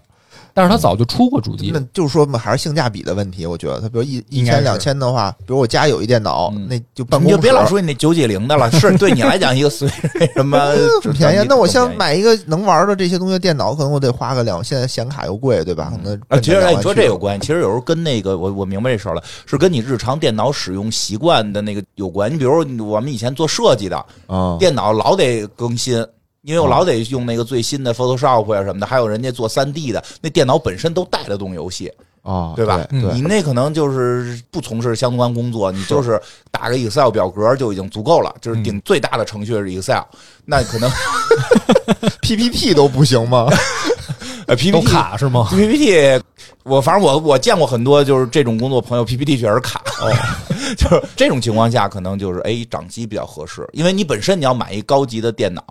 [SPEAKER 2] 但是它早就出过主机
[SPEAKER 4] 那，就是说嘛，还是性价比的问题。我觉得，它比如一一
[SPEAKER 1] 应该
[SPEAKER 4] 千、
[SPEAKER 1] 是
[SPEAKER 4] 两千的话，比如我家有一电脑，
[SPEAKER 3] 嗯
[SPEAKER 4] 那就办公
[SPEAKER 3] 你就别老
[SPEAKER 4] 室
[SPEAKER 3] 说你那九几零的了，是对你来讲一个随 什么
[SPEAKER 4] 呃很嗯便宜。那我
[SPEAKER 3] 先
[SPEAKER 4] 先。买一个能玩的这些东西的电脑，可能我得花个两，现在显卡又贵，对吧？可能
[SPEAKER 3] 啊，其实哎，你说这有
[SPEAKER 4] 有
[SPEAKER 3] 关系，其实有时候跟那个我我明白这事儿了，是跟你日常电脑使用习惯的那个有关。你比如我们以前做设计的，
[SPEAKER 4] 啊，
[SPEAKER 3] 电脑老得更新，
[SPEAKER 4] 哦
[SPEAKER 3] 因为我老得用那个最新的 Photoshop 呀、什么的，还有人家做三 D 的，那电脑本身都带得动游戏。
[SPEAKER 4] 啊，
[SPEAKER 3] 对吧嗯
[SPEAKER 4] 对，
[SPEAKER 3] 你
[SPEAKER 4] 对
[SPEAKER 3] 那可能就是不从事相关工作，你就是打个 Excel 表格就已经足够了，就是顶最大的程序是 Excel，那可能
[SPEAKER 4] PPT 都不行 吗？
[SPEAKER 3] 呃
[SPEAKER 2] 都
[SPEAKER 3] PPT
[SPEAKER 2] 卡是吗？
[SPEAKER 3] PPT，我反正我我见过很多就是这种工作朋友 PPT 确实卡，哦、 就是这种情况下可能就是哎掌机比较合适，因为你本身你要买一高级的电脑，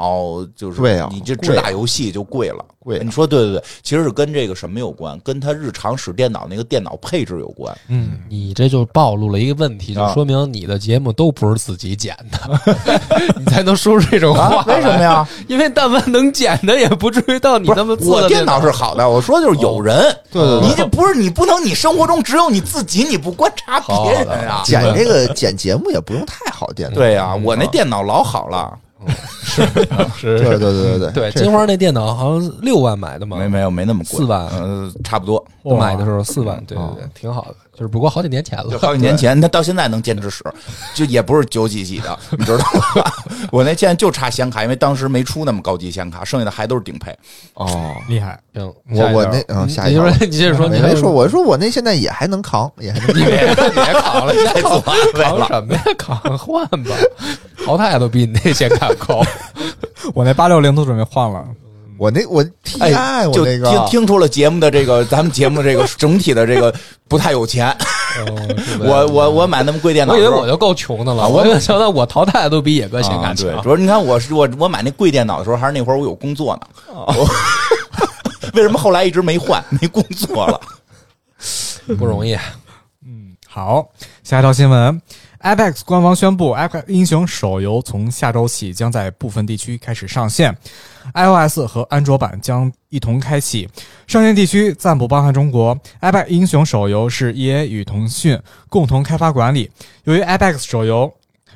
[SPEAKER 3] 就是
[SPEAKER 4] 对啊
[SPEAKER 3] 你这只打游戏就贵了。
[SPEAKER 4] 贵啊
[SPEAKER 3] 你说对对对，其实是跟这个什么有关，跟他日常使电脑那个电脑配置有关。
[SPEAKER 2] 嗯，你这就暴露了一个问题，就
[SPEAKER 3] 啊
[SPEAKER 2] 说明你的节目都不是自己剪的， 你才能说出这种话。
[SPEAKER 3] 啊为什么？呀？
[SPEAKER 2] 因为但凡能剪的，也不至于到你
[SPEAKER 3] 不
[SPEAKER 2] 那哦
[SPEAKER 3] 是
[SPEAKER 2] 么次
[SPEAKER 3] 我
[SPEAKER 2] 的
[SPEAKER 3] 电脑是好的，我说就是有人。
[SPEAKER 4] 对对对
[SPEAKER 3] 你这不是你不能，你生活中只有你自己，你不观察别人啊。
[SPEAKER 4] 剪这个剪节目也不用太好电脑，
[SPEAKER 3] 对呀、
[SPEAKER 2] 嗯
[SPEAKER 3] 我那电脑老好了，
[SPEAKER 2] 是
[SPEAKER 4] 对对对
[SPEAKER 3] 嗯
[SPEAKER 4] 对
[SPEAKER 2] 对，
[SPEAKER 4] 这
[SPEAKER 2] 金花那电脑好像六万买的嘛，
[SPEAKER 3] 没没有没那么
[SPEAKER 2] 嗯
[SPEAKER 3] 贵，
[SPEAKER 2] 四万
[SPEAKER 3] 呃，差 不多。
[SPEAKER 2] 我买的时候四万，对对对，挺好的，就是不过好几年前
[SPEAKER 3] 嗯就
[SPEAKER 2] 了。
[SPEAKER 3] 好几年前，他到现在能坚持使，就也不是九几几 的，你知道吧？我那现在就差显卡，因为当时没出那么高级显卡，剩下的还都是顶配。
[SPEAKER 4] 哦，
[SPEAKER 1] 厉害，
[SPEAKER 2] 行，
[SPEAKER 4] 我
[SPEAKER 2] 下一条
[SPEAKER 4] 我那嗯
[SPEAKER 2] 你
[SPEAKER 4] 下一
[SPEAKER 2] 你
[SPEAKER 4] 条
[SPEAKER 2] 说 你接着说，你
[SPEAKER 4] 啊没
[SPEAKER 2] 还有
[SPEAKER 4] 没说，我说我那现在也还能扛，也还能扛
[SPEAKER 2] 你别别 扛了，你
[SPEAKER 3] 太自
[SPEAKER 2] 扛扛
[SPEAKER 3] 我安慰了。
[SPEAKER 2] 什么呀？扛换吧，淘汰都比你那显卡 高。
[SPEAKER 1] 我那八六零都准备换了，
[SPEAKER 4] 我那我
[SPEAKER 2] 哎
[SPEAKER 4] TI 我
[SPEAKER 3] 哎就
[SPEAKER 4] 那
[SPEAKER 3] 听
[SPEAKER 4] 个
[SPEAKER 3] 听出了节目的这个，咱们节目的这个整体的这个不太有 钱。
[SPEAKER 2] 嗯
[SPEAKER 3] 我我我买那么贵电脑
[SPEAKER 2] 我
[SPEAKER 3] 的
[SPEAKER 2] 以
[SPEAKER 3] 时
[SPEAKER 2] 为
[SPEAKER 3] 候，
[SPEAKER 2] 我就够穷的了，
[SPEAKER 3] 啊
[SPEAKER 2] 我
[SPEAKER 3] 我
[SPEAKER 2] 没想到我淘汰都比野哥显
[SPEAKER 3] 啊
[SPEAKER 2] 卡
[SPEAKER 3] 对，
[SPEAKER 2] 强
[SPEAKER 3] 主。要你看我是我我买那贵电脑的时候，还是那会儿我有工作呢。
[SPEAKER 2] 哦
[SPEAKER 3] 我为什么后来一直没换？没工作了。
[SPEAKER 2] 不容易。
[SPEAKER 1] 好，下一条新闻，Apex 官方宣布，Apex 英雄手游从下周起将在部分地区开始上线，iOS 和安卓版将一同开启。上线地区暂不包含中国。Apex 英雄手游是 EA 与腾讯共同开发管理。由于 Apex 手游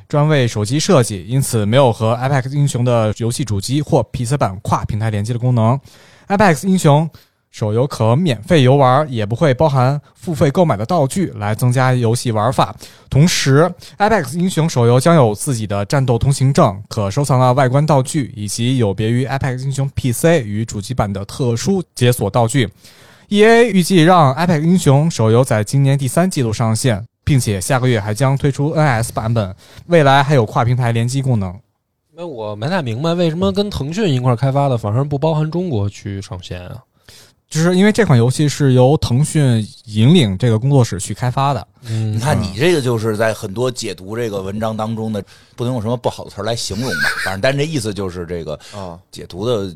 [SPEAKER 1] 专为手机设计，因此没有和 Apex 英雄的游戏主机或 PC 版跨平台联机的功能。Apex 英雄手游可免费游玩，也不会包含付费购买的道具来增加游戏玩法。同时，Apex 英雄手游将有自己的战斗通行证、可收藏的外观道具，以及有别于 Apex 英雄 PC 与主机版的特殊解锁道具。EA 预计让 Apex 英雄手游在今年第三季度上线，并且下个月还将推出 NS 版本，未来还有跨平台联机功能。
[SPEAKER 2] 那我没太明白，为什么跟腾讯一块儿开发的，反而不包含中国区上线啊？
[SPEAKER 1] 就是因为这款游戏是由腾讯引领这个工作室去开发的，
[SPEAKER 2] 嗯，
[SPEAKER 3] 你看，你这个就是在很多解读这个文章当中的，不能用什么不好的词儿来形容吧。反正，但这意思就是这个
[SPEAKER 4] 啊
[SPEAKER 3] 解读的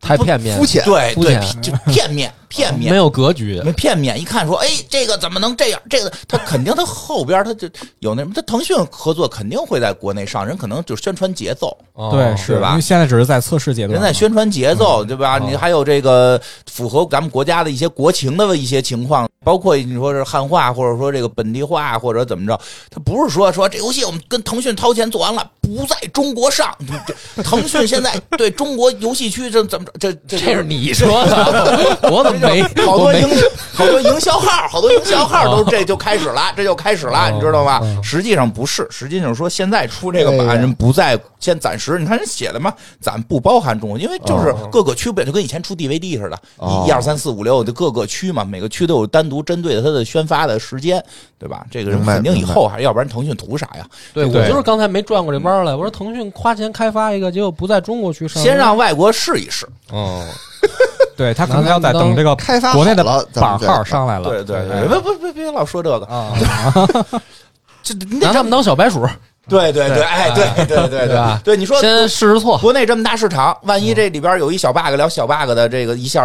[SPEAKER 2] 太片面，
[SPEAKER 4] 肤浅
[SPEAKER 3] 对
[SPEAKER 2] 肤
[SPEAKER 3] 对
[SPEAKER 2] 浅，
[SPEAKER 3] 就片面片
[SPEAKER 2] 嗯没
[SPEAKER 3] 面。
[SPEAKER 2] 有格局。
[SPEAKER 3] 没片面，一看说，哎，这个怎么能这样？这个他肯定他后边他就有那什么，他腾讯合作肯定会在国内上，人可能就宣传节奏，
[SPEAKER 2] 哦
[SPEAKER 1] 对，是
[SPEAKER 3] 对吧
[SPEAKER 1] 因为现在只是在测试阶段嘛，嗯
[SPEAKER 3] 人在宣传节奏，对吧？
[SPEAKER 2] 哦
[SPEAKER 3] 你还有这个符合咱们国家的一些国情的一些情况，包括你说是汉化，或者说这个本地化，或者怎么着，它不是说说这游戏我们跟腾讯掏钱做完了，不在中国上。 这这腾讯现在对中国游戏区这怎么着？这这
[SPEAKER 2] 这是你说的，我怎么 没？
[SPEAKER 3] 好
[SPEAKER 2] 我
[SPEAKER 3] 多
[SPEAKER 2] 没
[SPEAKER 3] 营好多营销号，好多营销号都这就开始了，这就开始了，
[SPEAKER 2] 哦
[SPEAKER 3] 你知道吗
[SPEAKER 2] 哦？
[SPEAKER 3] 实际上不是，实际上说现在出这个
[SPEAKER 4] 哎
[SPEAKER 3] 版
[SPEAKER 4] 呀
[SPEAKER 3] 人不在，先暂时，你看人写的嘛，咱不包含中国，因为就是各个区本就跟以前出 DVD 似的，
[SPEAKER 4] 哦
[SPEAKER 3] 一一二三四五六的各个区嘛，每个区都有单独针对它的宣发的时间，对吧？这个人
[SPEAKER 4] 明白
[SPEAKER 3] 肯定以
[SPEAKER 4] 明白
[SPEAKER 3] 后还要不然腾讯图啥呀？
[SPEAKER 2] 对我
[SPEAKER 1] 对
[SPEAKER 2] 就是刚才没转过这弯儿来。我说腾讯花钱开发一个，结果不在中国区上，
[SPEAKER 3] 先让外国试一试，
[SPEAKER 2] 嗯，
[SPEAKER 1] 对他可能要在等这个
[SPEAKER 4] 开发好
[SPEAKER 1] 国内的
[SPEAKER 4] 了咱
[SPEAKER 1] 版
[SPEAKER 4] 们再
[SPEAKER 1] 号上来了，哎
[SPEAKER 3] 对对
[SPEAKER 2] 对
[SPEAKER 3] 对，别别别别老说这个，
[SPEAKER 1] 啊，
[SPEAKER 3] 这 你
[SPEAKER 2] 拿他
[SPEAKER 3] 得这
[SPEAKER 2] 们
[SPEAKER 3] 么
[SPEAKER 2] 当小白鼠，
[SPEAKER 3] 对对对，哎对对对对
[SPEAKER 2] 对吧
[SPEAKER 3] 对，对你说
[SPEAKER 2] 先试试错。
[SPEAKER 3] 国内这么大市场，万一这里边有一小 bug，聊小 bug 的这个一下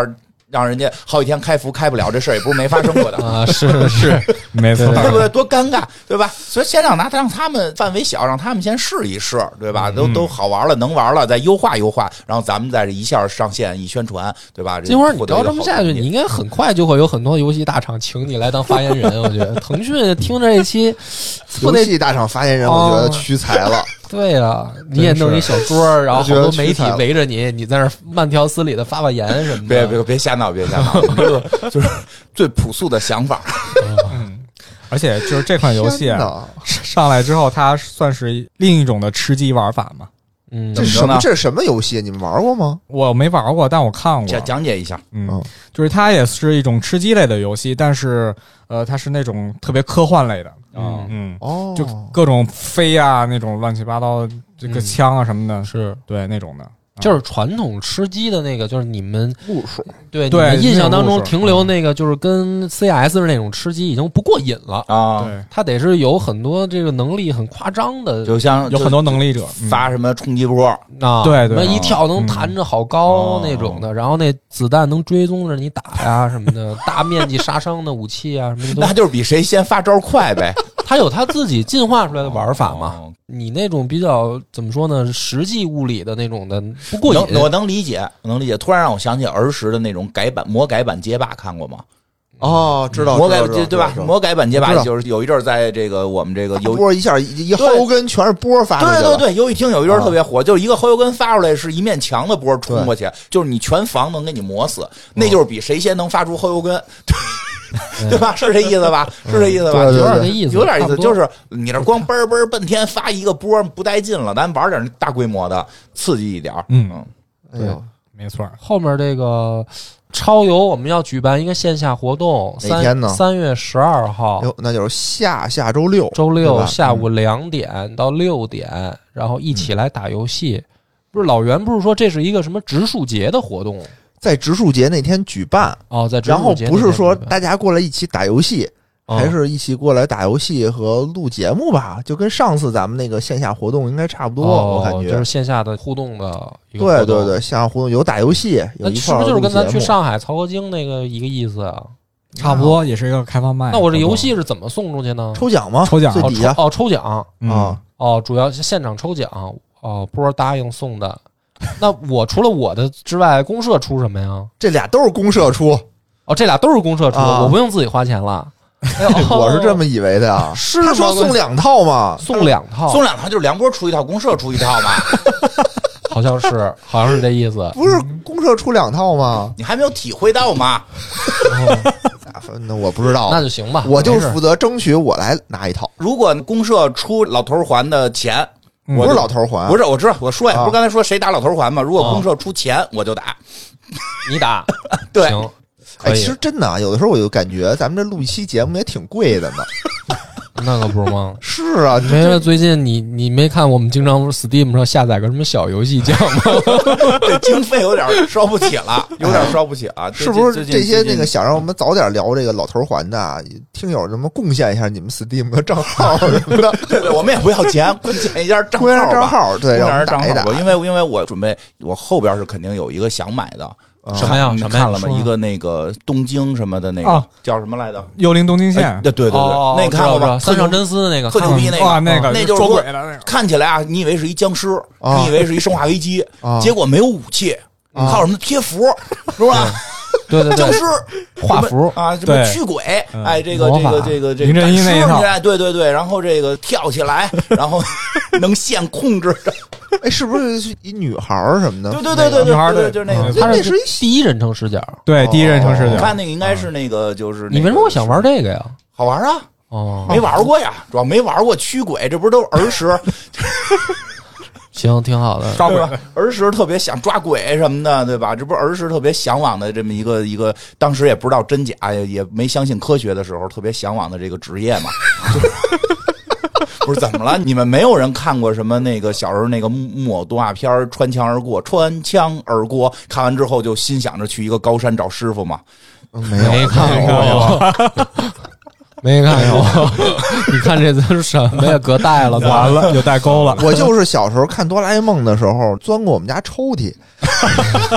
[SPEAKER 3] 让人家好几天开服开不了，这事儿也不是没发生过 的。
[SPEAKER 2] 啊， 是是，
[SPEAKER 1] 没错，
[SPEAKER 3] 对不对？多尴尬，对吧？所以先让拿让他们范围小，让他们先试一试，对
[SPEAKER 2] 嗯
[SPEAKER 3] 吧？都都好玩了，能玩了，再优化优化，然后咱们再一下上线一宣传，对吧？
[SPEAKER 2] 金花，你
[SPEAKER 3] 获得
[SPEAKER 2] 照
[SPEAKER 3] 一个
[SPEAKER 2] 这么
[SPEAKER 3] 好
[SPEAKER 2] 下去，
[SPEAKER 3] 成绩
[SPEAKER 2] 你应该很快就会有很多游戏大厂请你来当发言 人。我觉得腾讯听着这 期，不
[SPEAKER 4] 游
[SPEAKER 2] 得
[SPEAKER 4] 戏大厂发言人，我觉
[SPEAKER 2] 哦
[SPEAKER 4] 得屈才了。
[SPEAKER 2] 对啊，你也弄一小桌儿，然后好
[SPEAKER 4] 我觉
[SPEAKER 2] 多
[SPEAKER 4] 得
[SPEAKER 2] 媒
[SPEAKER 4] 屈
[SPEAKER 2] 体
[SPEAKER 4] 才了
[SPEAKER 2] 围着你，你在那儿慢条斯理的发发言什么的。
[SPEAKER 3] 别别别瞎闹，别瞎闹， 我们这个就是最朴素的想法。
[SPEAKER 1] 而且就是这款游戏
[SPEAKER 4] 天
[SPEAKER 1] 啊
[SPEAKER 4] 哪
[SPEAKER 1] 上来之后，它算是另一种的吃鸡玩法嘛，
[SPEAKER 2] 嗯
[SPEAKER 4] 这
[SPEAKER 3] 么着
[SPEAKER 4] 什么
[SPEAKER 3] 呢
[SPEAKER 4] 这是什么游戏？你们玩过吗？
[SPEAKER 1] 我没玩过，但我看过
[SPEAKER 3] 讲。讲解一下，
[SPEAKER 1] 嗯
[SPEAKER 4] 嗯，
[SPEAKER 1] 就是它也是一种吃鸡类的游戏，但是呃，它是那种特别科幻类的。
[SPEAKER 2] 嗯
[SPEAKER 1] 嗯，
[SPEAKER 4] 哦，
[SPEAKER 1] 就各种飞啊，那种乱七八糟，这个
[SPEAKER 2] 嗯
[SPEAKER 1] 枪啊什么的，
[SPEAKER 2] 是
[SPEAKER 1] 对那种的。
[SPEAKER 2] 就是传统吃鸡的那个，就是你们
[SPEAKER 4] 路数
[SPEAKER 2] 对
[SPEAKER 1] 对
[SPEAKER 2] 你们印象当
[SPEAKER 1] 那种
[SPEAKER 2] 中
[SPEAKER 1] 路数
[SPEAKER 2] 停留那个，就是跟 CS 那种吃鸡已经不过瘾了。
[SPEAKER 3] 啊，
[SPEAKER 1] 对，
[SPEAKER 2] 它得是有很多这个能力很夸张的
[SPEAKER 3] 就像
[SPEAKER 1] 有很多能力者嗯
[SPEAKER 3] 就，发什么冲击波，
[SPEAKER 2] 啊，
[SPEAKER 1] 对对
[SPEAKER 2] 什么
[SPEAKER 1] 啊
[SPEAKER 2] 一跳能弹着好高
[SPEAKER 3] 嗯
[SPEAKER 2] 那种的，然后那子弹能追踪着你打呀什么的，大面积杀伤的武器啊什么的
[SPEAKER 3] 那
[SPEAKER 2] 都，
[SPEAKER 3] 就是比谁先发招快呗，
[SPEAKER 2] 它有它自己进化出来的 玩法嘛。
[SPEAKER 3] 哦？
[SPEAKER 2] 你那种比较怎么说呢，实际物理的那种的不过瘾
[SPEAKER 3] 能，我能理解，我能理解。突然让我想起儿时的那种改版魔改版街霸，看过吗？
[SPEAKER 4] 哦，知道
[SPEAKER 3] 魔改
[SPEAKER 4] 知道知道
[SPEAKER 3] 对吧
[SPEAKER 4] 知？道
[SPEAKER 3] 魔改版街
[SPEAKER 4] 知
[SPEAKER 3] 霸
[SPEAKER 4] 道
[SPEAKER 3] 就是有一阵儿在这个我们这个
[SPEAKER 4] 大
[SPEAKER 3] 游
[SPEAKER 4] 波一下一一
[SPEAKER 3] 对
[SPEAKER 4] 薅根全是波发出去
[SPEAKER 3] 啊对
[SPEAKER 4] 了
[SPEAKER 3] 对，对，游戏厅有一阵儿
[SPEAKER 4] 啊
[SPEAKER 3] 特别火，就是一个后油根发出来是一面墙的波冲过去，就是你全防能给你磨死，那就是比谁先能发出后油根，对对吧？是这意思吧？是这意思吧？
[SPEAKER 4] 对对
[SPEAKER 2] 有
[SPEAKER 4] 对
[SPEAKER 2] 点这意思，
[SPEAKER 3] 有点意
[SPEAKER 2] 差
[SPEAKER 3] 思，
[SPEAKER 2] 不多
[SPEAKER 3] 就是你这光嘣儿嘣儿半天发一个波不带劲了，咱玩点大规模的，刺激一点儿。
[SPEAKER 1] 嗯
[SPEAKER 4] 哎呦，
[SPEAKER 1] 没错儿。
[SPEAKER 2] 后面这个超游我们要举办一个线下活动，
[SPEAKER 4] 哪
[SPEAKER 2] 三
[SPEAKER 4] 天呢
[SPEAKER 2] 三月十二号
[SPEAKER 4] 哎，呦，那就是下下周六，
[SPEAKER 2] 周
[SPEAKER 4] 对
[SPEAKER 2] 六
[SPEAKER 4] 吧
[SPEAKER 2] 下午两点到六点，然后一起来打游戏。不是老袁不是说这是一个什么植树节的活动
[SPEAKER 4] 在植树节那天举办，
[SPEAKER 2] 哦，在植
[SPEAKER 4] 然后
[SPEAKER 2] 树节
[SPEAKER 4] 不是说
[SPEAKER 2] 那边
[SPEAKER 4] 大家过来一起打游戏，
[SPEAKER 2] 哦
[SPEAKER 4] 还是一起过来打游戏和录节目吧，就跟上次咱们那个线下活动应该差不多，
[SPEAKER 2] 哦
[SPEAKER 4] 我感觉。
[SPEAKER 2] 就是线下的互动的一个
[SPEAKER 4] 对
[SPEAKER 2] 活动
[SPEAKER 4] 对对，，线下活动有打游戏，有
[SPEAKER 2] 那
[SPEAKER 4] 一
[SPEAKER 2] 是
[SPEAKER 4] 块
[SPEAKER 2] 不
[SPEAKER 4] 儿
[SPEAKER 2] 是就是跟咱
[SPEAKER 4] 录节
[SPEAKER 2] 去
[SPEAKER 4] 目
[SPEAKER 2] 上海曹河泾那个一个意思啊？
[SPEAKER 1] 差不多也是一个开放麦。
[SPEAKER 2] 那我这游戏是怎么送出去呢？
[SPEAKER 4] 哎抽奖吗？
[SPEAKER 1] 抽奖
[SPEAKER 4] 最
[SPEAKER 2] 哦
[SPEAKER 4] 底下
[SPEAKER 2] 抽哦抽奖
[SPEAKER 1] 啊
[SPEAKER 4] 啊，，
[SPEAKER 2] 哦，主要是现场抽奖哦，波儿答应送的。那我除了我的之外，公社出什么呀？
[SPEAKER 4] 这俩都是公社出，
[SPEAKER 2] 哦，这俩都是公社出的，
[SPEAKER 4] 啊
[SPEAKER 2] 我不用自己花钱了。哎呦 哦
[SPEAKER 4] 我是这么以为的呀。
[SPEAKER 2] 是吗
[SPEAKER 4] 他说送两套嘛，
[SPEAKER 2] 送两套，
[SPEAKER 3] 送两套就是梁波出一套，公社出一套嘛。
[SPEAKER 2] 好像是，好像是这 意思。
[SPEAKER 4] 不是公社出两套吗？
[SPEAKER 3] 你还没有体会到吗？
[SPEAKER 4] 啊那我不知道，
[SPEAKER 2] 嗯那就行吧，
[SPEAKER 4] 我就
[SPEAKER 2] 没事
[SPEAKER 4] 负责争取我来拿一套，
[SPEAKER 3] 如果公社出老头环的钱，
[SPEAKER 1] 嗯
[SPEAKER 4] 不是老头环，
[SPEAKER 3] 不是我知道，我说呀，
[SPEAKER 4] 啊
[SPEAKER 3] 不是刚才说谁打老头环吗？如果
[SPEAKER 2] 啊
[SPEAKER 3] 公社出钱，我就打。
[SPEAKER 2] 你打，
[SPEAKER 3] 对
[SPEAKER 2] 行，
[SPEAKER 4] 哎，
[SPEAKER 2] 可
[SPEAKER 4] 其
[SPEAKER 2] 以
[SPEAKER 4] 实，真的啊，有的时候我就感觉咱们这录一期节目也挺贵的呢。
[SPEAKER 2] 那可不是吗？
[SPEAKER 4] 是 啊，这
[SPEAKER 2] 没了，最近你你没看我们经常 Steam 上下载个什么小游戏叫 吗？
[SPEAKER 3] 这经费有点烧不起了， 有点烧不起 了。
[SPEAKER 4] 是不是
[SPEAKER 3] 最近
[SPEAKER 4] 这些
[SPEAKER 3] 最近嗯
[SPEAKER 4] 那个想让我们早点聊这个老头环的啊听友，什么贡献一下你们 Steam 的账 号什么的，
[SPEAKER 3] 对对，我们也不要钱， 贡献一下账号
[SPEAKER 4] 关
[SPEAKER 3] 吧，
[SPEAKER 4] 上账号，对，让
[SPEAKER 3] 公
[SPEAKER 4] 我
[SPEAKER 3] 园
[SPEAKER 4] 们
[SPEAKER 3] 账
[SPEAKER 4] 打
[SPEAKER 3] 号
[SPEAKER 4] 一打
[SPEAKER 3] 吧，。因为因为我准备，我后边是肯定有一个想买的，什
[SPEAKER 2] 么呀
[SPEAKER 3] 你
[SPEAKER 2] 什
[SPEAKER 3] 们
[SPEAKER 2] 么呀
[SPEAKER 3] 看了吗？
[SPEAKER 2] 说啊
[SPEAKER 3] 一个那个东京什么的那
[SPEAKER 1] 啊
[SPEAKER 3] 个叫什么来着？
[SPEAKER 1] 幽灵东京
[SPEAKER 3] 哎
[SPEAKER 1] 线，嗯
[SPEAKER 3] 对对对
[SPEAKER 2] 哦
[SPEAKER 3] 对，那你看过吧？
[SPEAKER 2] 三
[SPEAKER 3] 特
[SPEAKER 2] 上
[SPEAKER 3] 牛
[SPEAKER 2] 真司的那个，
[SPEAKER 3] 特牛逼
[SPEAKER 2] 看
[SPEAKER 3] 那
[SPEAKER 1] 哇，
[SPEAKER 3] 个，
[SPEAKER 1] 那个
[SPEAKER 3] 那就是
[SPEAKER 1] 捉
[SPEAKER 3] 说
[SPEAKER 1] 鬼的那个，
[SPEAKER 3] 看起来啊，你以为是一僵尸，
[SPEAKER 4] 啊
[SPEAKER 3] 你以为是一生化危机，
[SPEAKER 4] 啊
[SPEAKER 3] 结果没有武器，
[SPEAKER 2] 啊
[SPEAKER 3] 你靠什么贴符是吧？
[SPEAKER 2] 对对
[SPEAKER 3] 僵
[SPEAKER 2] 对，
[SPEAKER 3] 尸
[SPEAKER 2] 嗯画符
[SPEAKER 3] 啊，什么
[SPEAKER 1] 对
[SPEAKER 3] 驱鬼，
[SPEAKER 1] 嗯
[SPEAKER 3] 哎，这个
[SPEAKER 2] 魔
[SPEAKER 3] 这
[SPEAKER 2] 法
[SPEAKER 3] 个这个这
[SPEAKER 1] 林
[SPEAKER 3] 个
[SPEAKER 1] 正
[SPEAKER 3] 赶
[SPEAKER 1] 英那一
[SPEAKER 3] 尸
[SPEAKER 1] 套
[SPEAKER 3] 去哎对对对，然后这个跳 起来，然后能线控制，
[SPEAKER 4] 哎，是不是是一女孩儿什么的
[SPEAKER 3] 对？对对对
[SPEAKER 1] 女孩
[SPEAKER 3] 对
[SPEAKER 1] 儿对
[SPEAKER 3] 对，就是那
[SPEAKER 1] 嗯
[SPEAKER 3] 个。
[SPEAKER 2] 它
[SPEAKER 4] 那是
[SPEAKER 2] 是第一人称视角。
[SPEAKER 1] 对，第一人称视
[SPEAKER 3] 你看
[SPEAKER 1] 角，
[SPEAKER 3] 那个应该是那个就是
[SPEAKER 2] 你为什么会想玩
[SPEAKER 3] 这？
[SPEAKER 2] 这个呀？
[SPEAKER 3] 好玩啊，
[SPEAKER 2] 哦，
[SPEAKER 3] 没玩过呀，主要没玩过驱鬼，这不是都是儿时
[SPEAKER 2] 行，挺好的。
[SPEAKER 1] 抓鬼
[SPEAKER 3] 对
[SPEAKER 1] 的
[SPEAKER 3] 吧？儿时特别想抓鬼什么的，对吧？这不是儿时特别向往的这么一个一个，当时也不知道真假，也也没相信科学的时候，特别向往的这个职业嘛。 就是不是怎么了？你们没有人看过什么那个小时候那个木木偶动画片儿《穿墙而过》，穿墙而过，看完之后就心想着去一个高山找师傅嘛。
[SPEAKER 4] 嗯没有，
[SPEAKER 2] 看 过，没看过。你看这都是什么呀？隔代 了，
[SPEAKER 1] 完
[SPEAKER 3] 啊
[SPEAKER 2] 了。
[SPEAKER 1] 了有代沟了，
[SPEAKER 4] 我就是小时候看哆啦 A 梦的时候，钻过我们家抽屉。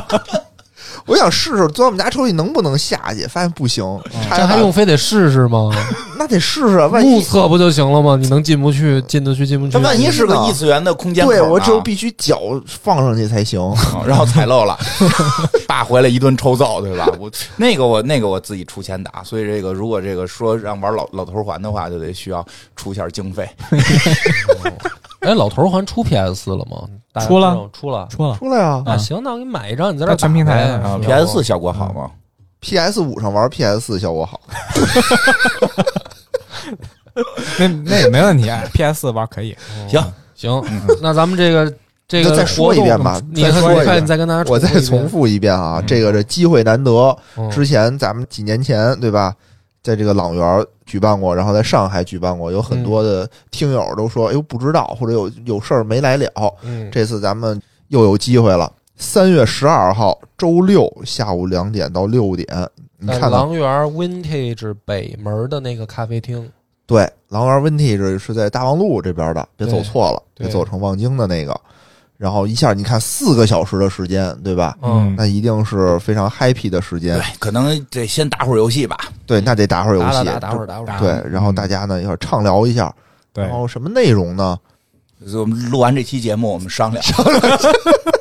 [SPEAKER 4] 我想试试钻我们家抽屉能不能下去，发现不行，
[SPEAKER 3] 嗯
[SPEAKER 4] 差
[SPEAKER 2] 这
[SPEAKER 4] 点
[SPEAKER 2] 还
[SPEAKER 4] 把
[SPEAKER 2] 用非得试试吗？
[SPEAKER 4] 那得试试，万
[SPEAKER 2] 目
[SPEAKER 4] 一
[SPEAKER 2] 测不就行了吗？你能进不去，进得去，进不去
[SPEAKER 3] 他。万一是个异次元的空间口呢，
[SPEAKER 4] 啊对我只有必须脚放上去才行。
[SPEAKER 3] 哦然后踩漏了， 爸回来一顿抽揍，对吧？我那个我那个我自己出钱打，所以这个如果这个说让玩老老头环的话，就得需要出一下经费。
[SPEAKER 2] 哎，老头儿还出 PS 了吗？大家
[SPEAKER 1] 出了
[SPEAKER 2] 知道，出了。
[SPEAKER 1] 说了
[SPEAKER 4] 出来
[SPEAKER 3] 嗯
[SPEAKER 4] 啊
[SPEAKER 2] 那行，那我给你买一张，你在这
[SPEAKER 1] 那
[SPEAKER 2] 儿
[SPEAKER 1] 全
[SPEAKER 2] 打
[SPEAKER 1] 平台
[SPEAKER 2] 呗
[SPEAKER 1] 的啊
[SPEAKER 2] 是吧
[SPEAKER 3] PS 四效果好吗？
[SPEAKER 4] ！PS 五上玩 PS 效果好，
[SPEAKER 1] 那那也没问题，哎，PS 四玩可以，
[SPEAKER 3] 行，
[SPEAKER 1] 嗯
[SPEAKER 2] 行，那咱们这个。这
[SPEAKER 4] 你
[SPEAKER 2] 个
[SPEAKER 4] 就嗯再说
[SPEAKER 2] 活动
[SPEAKER 4] 一遍吧
[SPEAKER 2] 你
[SPEAKER 4] 再说一
[SPEAKER 2] 看
[SPEAKER 4] 遍
[SPEAKER 2] 你再跟大家
[SPEAKER 4] 我再重
[SPEAKER 2] 重
[SPEAKER 4] 复一遍啊，
[SPEAKER 1] 嗯
[SPEAKER 4] 这个这机会难得，
[SPEAKER 2] 复
[SPEAKER 4] 之前咱们几年前对吧，在这个朗园举办过，然后在上海举办过，有很多
[SPEAKER 2] 嗯
[SPEAKER 4] 的听友都说，哎呦不知道，或者有有事儿没来了。
[SPEAKER 2] 嗯，
[SPEAKER 4] 这次咱们又有机会了，三月十二号周六下午两点到六点，你
[SPEAKER 2] 在
[SPEAKER 4] 看看，
[SPEAKER 2] 狼园 Vintage 北门的那个咖啡厅，
[SPEAKER 4] 对，狼园 Vintage 是在大望路这边的，别走错了，
[SPEAKER 2] 对
[SPEAKER 4] 别走成望京的那个。然后一下你看四个小时的时间，对吧？
[SPEAKER 1] 嗯
[SPEAKER 4] 那一定是非常 happy 的时间
[SPEAKER 3] 对，，可能得先打会儿游戏吧。
[SPEAKER 4] 对，那得打会儿游
[SPEAKER 2] 嗯打
[SPEAKER 4] 戏，
[SPEAKER 2] 打打打会儿打会儿，
[SPEAKER 4] 对，然后大家呢一块儿畅聊一下，
[SPEAKER 1] 对
[SPEAKER 4] 然，后什么内容呢？
[SPEAKER 3] 我们录完这期节目，我们商量商量，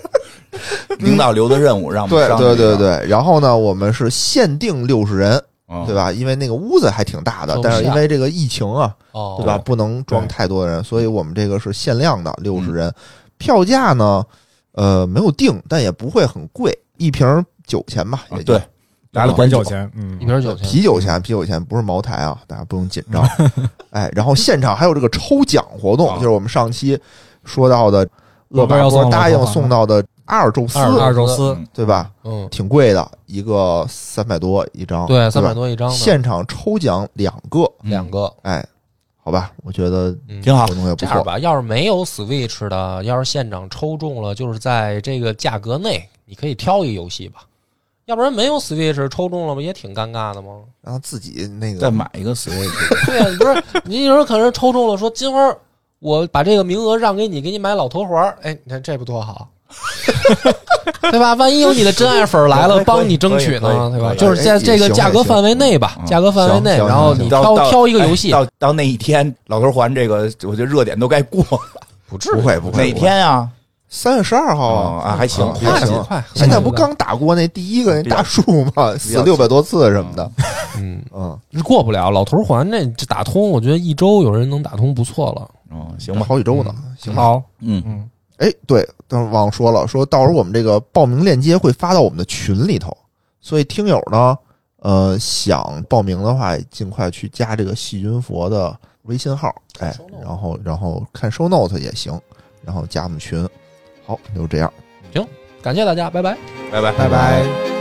[SPEAKER 3] 领导留的任务让我
[SPEAKER 4] 对
[SPEAKER 3] 啊们商量
[SPEAKER 4] 对
[SPEAKER 3] 一下
[SPEAKER 4] 对，对，然后呢，我们是限定六十人，
[SPEAKER 3] 嗯
[SPEAKER 4] 对吧？因为那个屋子还挺大的
[SPEAKER 2] 装，不
[SPEAKER 4] 但是因
[SPEAKER 2] 下
[SPEAKER 4] 为这个疫情啊，
[SPEAKER 2] 哦，
[SPEAKER 4] 对吧？不能装
[SPEAKER 1] 对
[SPEAKER 4] 太多人，所以我们这个是限量的六十
[SPEAKER 3] 嗯
[SPEAKER 4] 人，票价呢，呃，没有定，但也不会很贵，一瓶九钱吧，也
[SPEAKER 3] 啊
[SPEAKER 4] 就
[SPEAKER 3] 对，
[SPEAKER 1] 来了管酒钱，
[SPEAKER 2] 一
[SPEAKER 1] 嗯，
[SPEAKER 2] 瓶酒钱，
[SPEAKER 4] 啤酒钱，啤酒钱不是茅台啊，大家不用紧张。哎，然后现场还有这个抽奖活动，
[SPEAKER 1] 啊
[SPEAKER 4] 就是我们上期说到的，
[SPEAKER 1] 乐高
[SPEAKER 4] 乐巴
[SPEAKER 1] 要送
[SPEAKER 4] 波
[SPEAKER 1] 乐高
[SPEAKER 4] 答应
[SPEAKER 1] 吗
[SPEAKER 4] 送到的阿尔宙斯，
[SPEAKER 2] 二
[SPEAKER 1] 二宙斯，
[SPEAKER 3] 嗯
[SPEAKER 4] 对吧？
[SPEAKER 2] 嗯，
[SPEAKER 4] 挺贵的，一个三百多一张，
[SPEAKER 2] 对，
[SPEAKER 4] 吧
[SPEAKER 2] 三百多一张的，
[SPEAKER 4] 现场抽奖两个，
[SPEAKER 2] 两个，
[SPEAKER 4] 哎，好吧，我觉得
[SPEAKER 2] 嗯
[SPEAKER 3] 挺好
[SPEAKER 4] 活。动也不
[SPEAKER 2] 这样
[SPEAKER 4] 错，
[SPEAKER 2] 吧，要是没有 Switch 的，要是现场抽中了，就是在这个价格内，你可以挑一游戏吧。要不然没有 Switch 抽中了不也挺尴尬的吗？
[SPEAKER 4] 然后自己那
[SPEAKER 3] 再
[SPEAKER 4] 个
[SPEAKER 3] 买一个 Switch，
[SPEAKER 2] 对呀、不是你有人可能抽中了，说金花儿，我把这个名额让给你，给你买老头环儿。哎，你看这不多好， 对吧？万一有你的真爱粉儿来
[SPEAKER 3] 可
[SPEAKER 2] 了，
[SPEAKER 3] 以
[SPEAKER 2] 帮你争取
[SPEAKER 3] 可以可
[SPEAKER 2] 呢，
[SPEAKER 3] 以
[SPEAKER 2] 对吧？
[SPEAKER 3] 可以
[SPEAKER 2] 就是在
[SPEAKER 4] 哎
[SPEAKER 2] 这个
[SPEAKER 4] 行
[SPEAKER 2] 价格
[SPEAKER 4] 行
[SPEAKER 2] 范围内吧，
[SPEAKER 3] 嗯
[SPEAKER 2] 价格范围
[SPEAKER 4] 行
[SPEAKER 2] 内，
[SPEAKER 4] 行
[SPEAKER 2] 然后
[SPEAKER 4] 行
[SPEAKER 2] 哦你
[SPEAKER 3] 到
[SPEAKER 2] 挑
[SPEAKER 3] 到哎
[SPEAKER 2] 挑一个游戏，
[SPEAKER 3] 到到那一天，老头环这个，我觉得热点都该过。
[SPEAKER 2] 不至
[SPEAKER 4] 不
[SPEAKER 2] 于
[SPEAKER 4] 会不会，
[SPEAKER 3] 哪天啊？
[SPEAKER 4] 三月十二号
[SPEAKER 3] 哦啊，还行
[SPEAKER 4] 嗯，
[SPEAKER 3] 还
[SPEAKER 2] 快
[SPEAKER 4] 行
[SPEAKER 2] 很快，很
[SPEAKER 4] 现在
[SPEAKER 2] 快
[SPEAKER 4] 不刚打过那第一个那大树吗？死六百多次什
[SPEAKER 3] 啊
[SPEAKER 4] 么的，
[SPEAKER 2] 嗯。
[SPEAKER 4] 嗯，
[SPEAKER 2] 过不了老头环那这打通，我觉得一周有人能打通不错了。
[SPEAKER 3] 嗯，行吧，
[SPEAKER 4] 好几周呢，行吧。
[SPEAKER 1] 好，
[SPEAKER 3] 嗯，
[SPEAKER 1] 嗯，
[SPEAKER 4] 哎，对，但是忘说了，说到时候我们这个报名链接会发到我们的群里头，所以听友呢，呃，想报名的话，尽快去加这个细菌佛的微信号，哎
[SPEAKER 2] show，note
[SPEAKER 4] 然后然后看 show note 也行，然后加我们群。好，就这样，
[SPEAKER 2] 感谢大家，拜拜。
[SPEAKER 3] 拜拜。
[SPEAKER 4] 拜拜